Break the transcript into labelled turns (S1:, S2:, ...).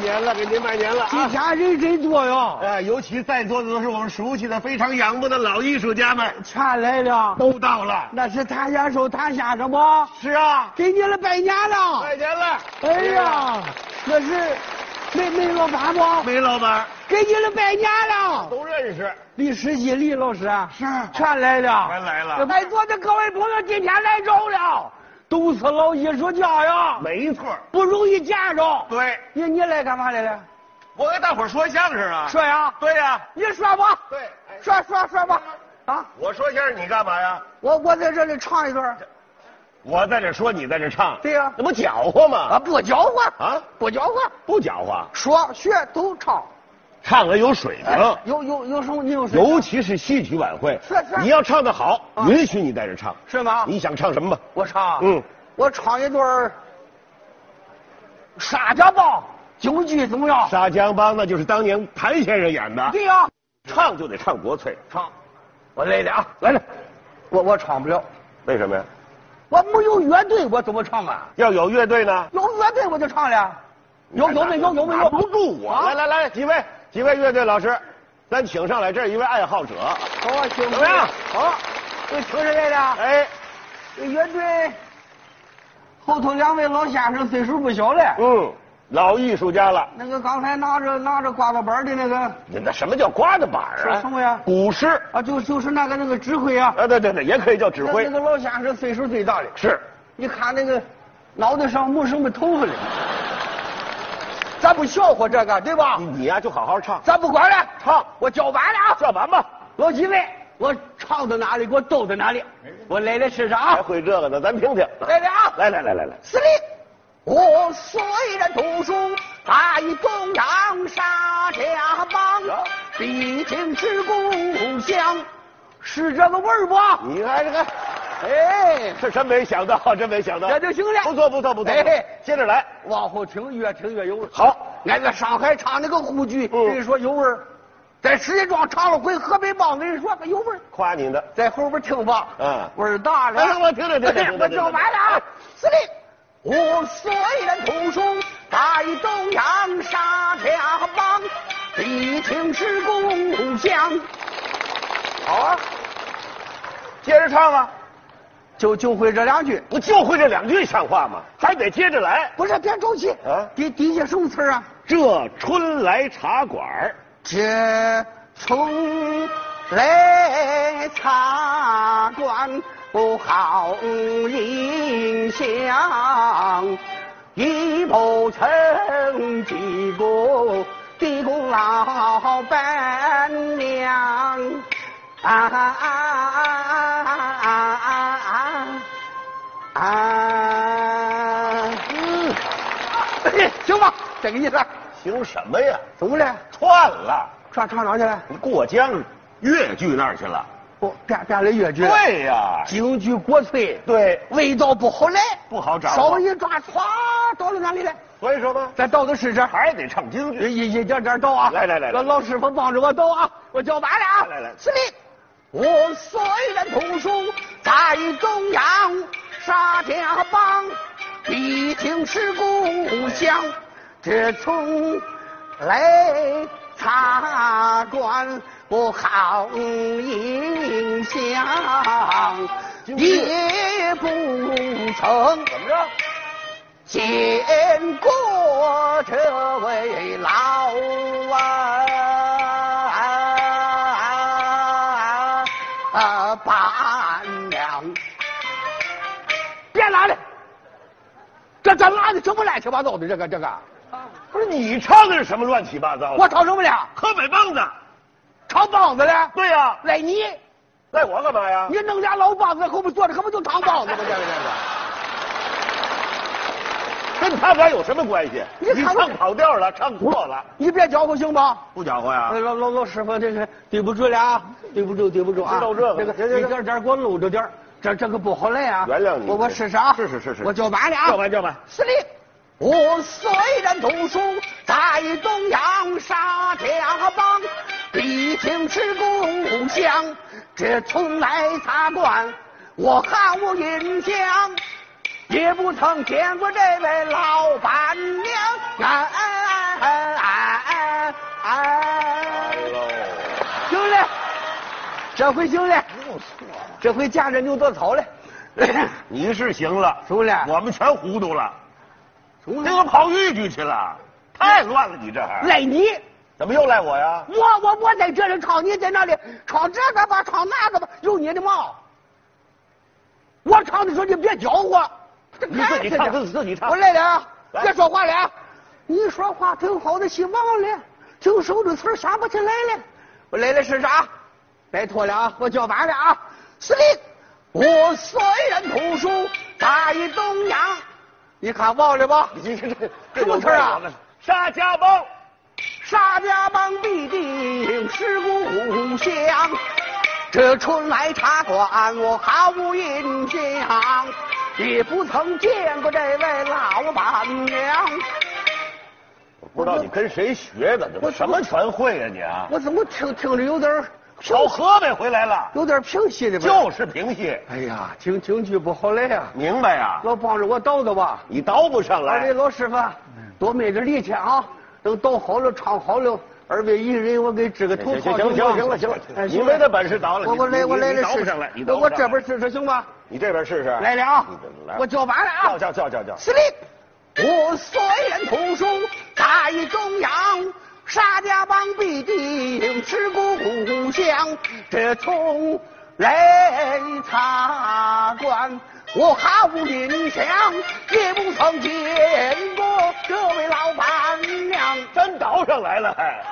S1: 年了，给您拜年了
S2: 这
S1: 啊！
S2: 家人真多呀，
S1: 哎，尤其在座的都是我们熟悉的、非常仰慕的老艺术家们，
S2: 全来了，
S1: 都到了。
S2: 那是谭先生、谭先生吗？
S1: 是啊，
S2: 给你了拜年了。
S1: 拜年了！
S2: 哎呀，那是梅梅老板吗？
S1: 梅老板
S2: 给你了拜年了。
S1: 都认识，
S2: 李书记、李老师
S1: 是
S2: 全来了，
S1: 全来了
S2: 在座的各位朋友今天来着了，都是老艺术家呀，
S1: 没错儿。
S2: 不容易见着。
S1: 对，
S2: 你你来干嘛来了？
S1: 我给大伙儿说相声啊。
S2: 说呀，
S1: 对呀、
S2: 你说吧，
S1: 对哎
S2: 说说说吧。啊，
S1: 我说相声你干嘛呀？
S2: 我我在这里唱一段。
S1: 我在这说，你在这唱，
S2: 对呀
S1: 那不搅和吗？
S2: 啊，不搅和
S1: 啊
S2: 不搅和，
S1: 不搅和，
S2: 说学都唱。哎
S1: 唱的有水平。
S2: 有有有什么？你有什么？
S1: 尤其是戏曲晚会，
S2: 啊是是
S1: 你要唱得好，
S2: 啊
S1: 允许你在这唱。
S2: 是吗？
S1: 你想唱什么吧？
S2: 我唱，
S1: 嗯，
S2: 我唱一段儿沙家浜京剧怎么样？
S1: 沙江帮那就是当年谭先生演的，
S2: 对呀、
S1: 唱就得唱国粹。
S2: 唱，我累了啊，
S1: 来来，
S2: 我我唱不了，
S1: 为什么呀？
S2: 我没有乐队，我怎么唱啊？
S1: 要有乐队呢？
S2: 有乐队我就唱了，有有没有啊有没
S1: 拿
S2: 有？
S1: 不住我。来来来，几位几位乐队老师，咱请上来，这是一位爱好者。
S2: 好啊，请
S1: 怎么样
S2: 好，我请谁来了？
S1: 哎，
S2: 乐队后头两位老先生岁数不小了，
S1: 嗯，老艺术家了。
S2: 那个刚才拿着拿着刮子板的那个
S1: 你那什么叫刮的板儿啊？
S2: 说什么呀
S1: 古诗。
S2: 啊，就就是那个那个指挥啊，
S1: 啊，对对对，也可以叫指
S2: 那
S1: 挥
S2: 那。个老先生岁数最大的，
S1: 是，
S2: 你看那个脑袋上没什么头发了，咱不笑话这个对吧
S1: 你？你呀就好好唱，
S2: 咱不管了，
S1: 唱
S2: 我叫完了啊，
S1: 叫完吧。
S2: 老几位，我唱到哪里给我逗到哪里，我来来试试啊
S1: 还，会这个呢，咱听听。
S2: 来来啊，
S1: 来来来来来，
S2: 司令，我虽然读书在东洋沙家浜，毕竟是故乡，是这个味儿不？
S1: 你看这个，
S2: 哎，
S1: 这真没想到，真没想到，
S2: 这就行了
S1: 不错不错不错，不错
S2: 哎
S1: 接着来，
S2: 往后听越听越有味儿。
S1: 好，
S2: 俺在上海唱那个沪剧，
S1: 嗯
S2: 跟你说有味儿；在石家庄唱了回河北梆，跟你说个有味儿。
S1: 夸你呢。
S2: 在后边听吧，
S1: 嗯
S2: 味儿大了。
S1: 哎我听着听着听着
S2: 我就完了啊！司令，我虽然土生在东洋沙家浜，毕竟是故乡。好啊，
S1: 接着唱啊，
S2: 就就会这两句。
S1: 不就会这两句像话吗？还得接着来。
S2: 不是，别着急
S1: 啊
S2: 底底下什么词儿啊？
S1: 这春来茶馆儿
S2: 这从来茶馆不好印象，已不曾记过地宫老伴娘。啊啊啊啊啊啊！啊嗯，行吧，这个意思。
S1: 行什么呀？
S2: 怎么了？
S1: 串了，
S2: 上唱哪去了？
S1: 你过江越剧那儿去了。
S2: 我变变了越剧，，
S1: 对呀，
S2: 京剧国粹，
S1: 对，
S2: 味道不好来，
S1: 不好掌握
S2: 稍微一抓，歘，倒到哪里来？
S1: 所以说吧，
S2: 再倒到试试，
S1: 还得唱京剧。
S2: 一一点点倒啊！
S1: 来来来来
S2: 老老师傅帮着我倒啊！我叫完了啊！
S1: 来来来
S2: 司令，我虽然读书在中央沙家浜，毕竟是故乡，这从来茶馆不好影响，也不曾。
S1: 怎么着？
S2: 见过这位老啊啊伴娘，别拉了，这这拉的什么乱七八糟的？这个这个，
S1: 不是你唱的是什么乱七八糟的？
S2: 我吵什么了？
S1: 河北梆子。
S2: 唱梆子了？
S1: 对呀、
S2: 赖你，
S1: 赖我干嘛呀？
S2: 你弄俩老梆子在后边坐着，可不就唱梆子吗？这个这个。
S1: 跟他俩有什么关系？
S2: 你
S1: 你
S2: 看
S1: 唱跑调了，唱错了，
S2: 你别搅和行吗？
S1: 不搅和呀
S2: 哎老老老师傅，这个对不住了啊，对不住，对不住啊。
S1: 知道这个
S2: 这个
S1: 行行
S2: 一点点给我搂着点儿这这个不好来啊。
S1: 原谅你
S2: 我我试试啊。
S1: 是是是是
S2: 我叫板了啊。
S1: 叫板叫板
S2: 司令，我虽然读书在东洋沙家浜，毕竟是故乡，这从来茶馆我毫无印象。也不曾见过这位老板娘，哎哎哎哎小辉兄弟，
S1: 又错了，
S2: 这回架着牛跺草了。
S1: 你是行了，
S2: 兄弟
S1: 我们全糊涂了，
S2: 兄
S1: 那个跑豫剧去了，太乱了，你这还
S2: 赖你，
S1: 怎么又赖我呀？
S2: 我我我在这里吵，你在那里吵这个吧，吵那个吧，有你的毛。我吵的时候你别搅和，这
S1: 你自己
S2: 干
S1: 唱，
S2: 什么
S1: 自己自己唱
S2: 我。来了啊！
S1: 来
S2: 别说话了啊！你说话挺好的，戏忘了，挺熟的词儿想不起来了。我来了是啥？拜托了啊！我叫完了啊！司令，我虽然投书大义东洋，你看忘了吧？
S1: 你这这
S2: 什么词儿啊？
S1: 沙家浜，
S2: 沙家浜必定尸骨香，这春来茶馆我毫无印象，也不曾见过这位老板娘。
S1: 我不知道你跟谁学的，
S2: 我
S1: 这什么全会呀你啊？
S2: 我怎么听听着有点儿平
S1: 到河北回来了，
S2: 有点儿平息的味儿？
S1: 就是平戏，
S2: 哎呀，听京剧不好来呀、
S1: 明白呀？
S2: 老帮着我倒倒吧。
S1: 你倒不上
S2: 二位
S1: 来，嗯
S2: 老师傅，多卖点力气啊！等倒好了，唱好了，二位一人我给支个头
S1: 行
S2: 套
S1: 行行行行了行了，你没那本事倒了，
S2: 哎我
S1: 你
S2: 我来我来
S1: 你
S2: 了
S1: 倒
S2: 试
S1: 不上来，你
S2: 试，
S1: 倒
S2: 我
S1: 不
S2: 我
S1: 上来
S2: 这边试试行吗？
S1: 你这边试试，
S2: 来了啊
S1: 你这来！
S2: 我叫完了
S1: 叫
S2: 啊！
S1: 叫叫叫叫，
S2: 司令，我虽然同属在中央，沙家浜必定是故乡。这从来茶馆，我毫无印象，也不曾见过这位老板娘。
S1: 真倒上来了还。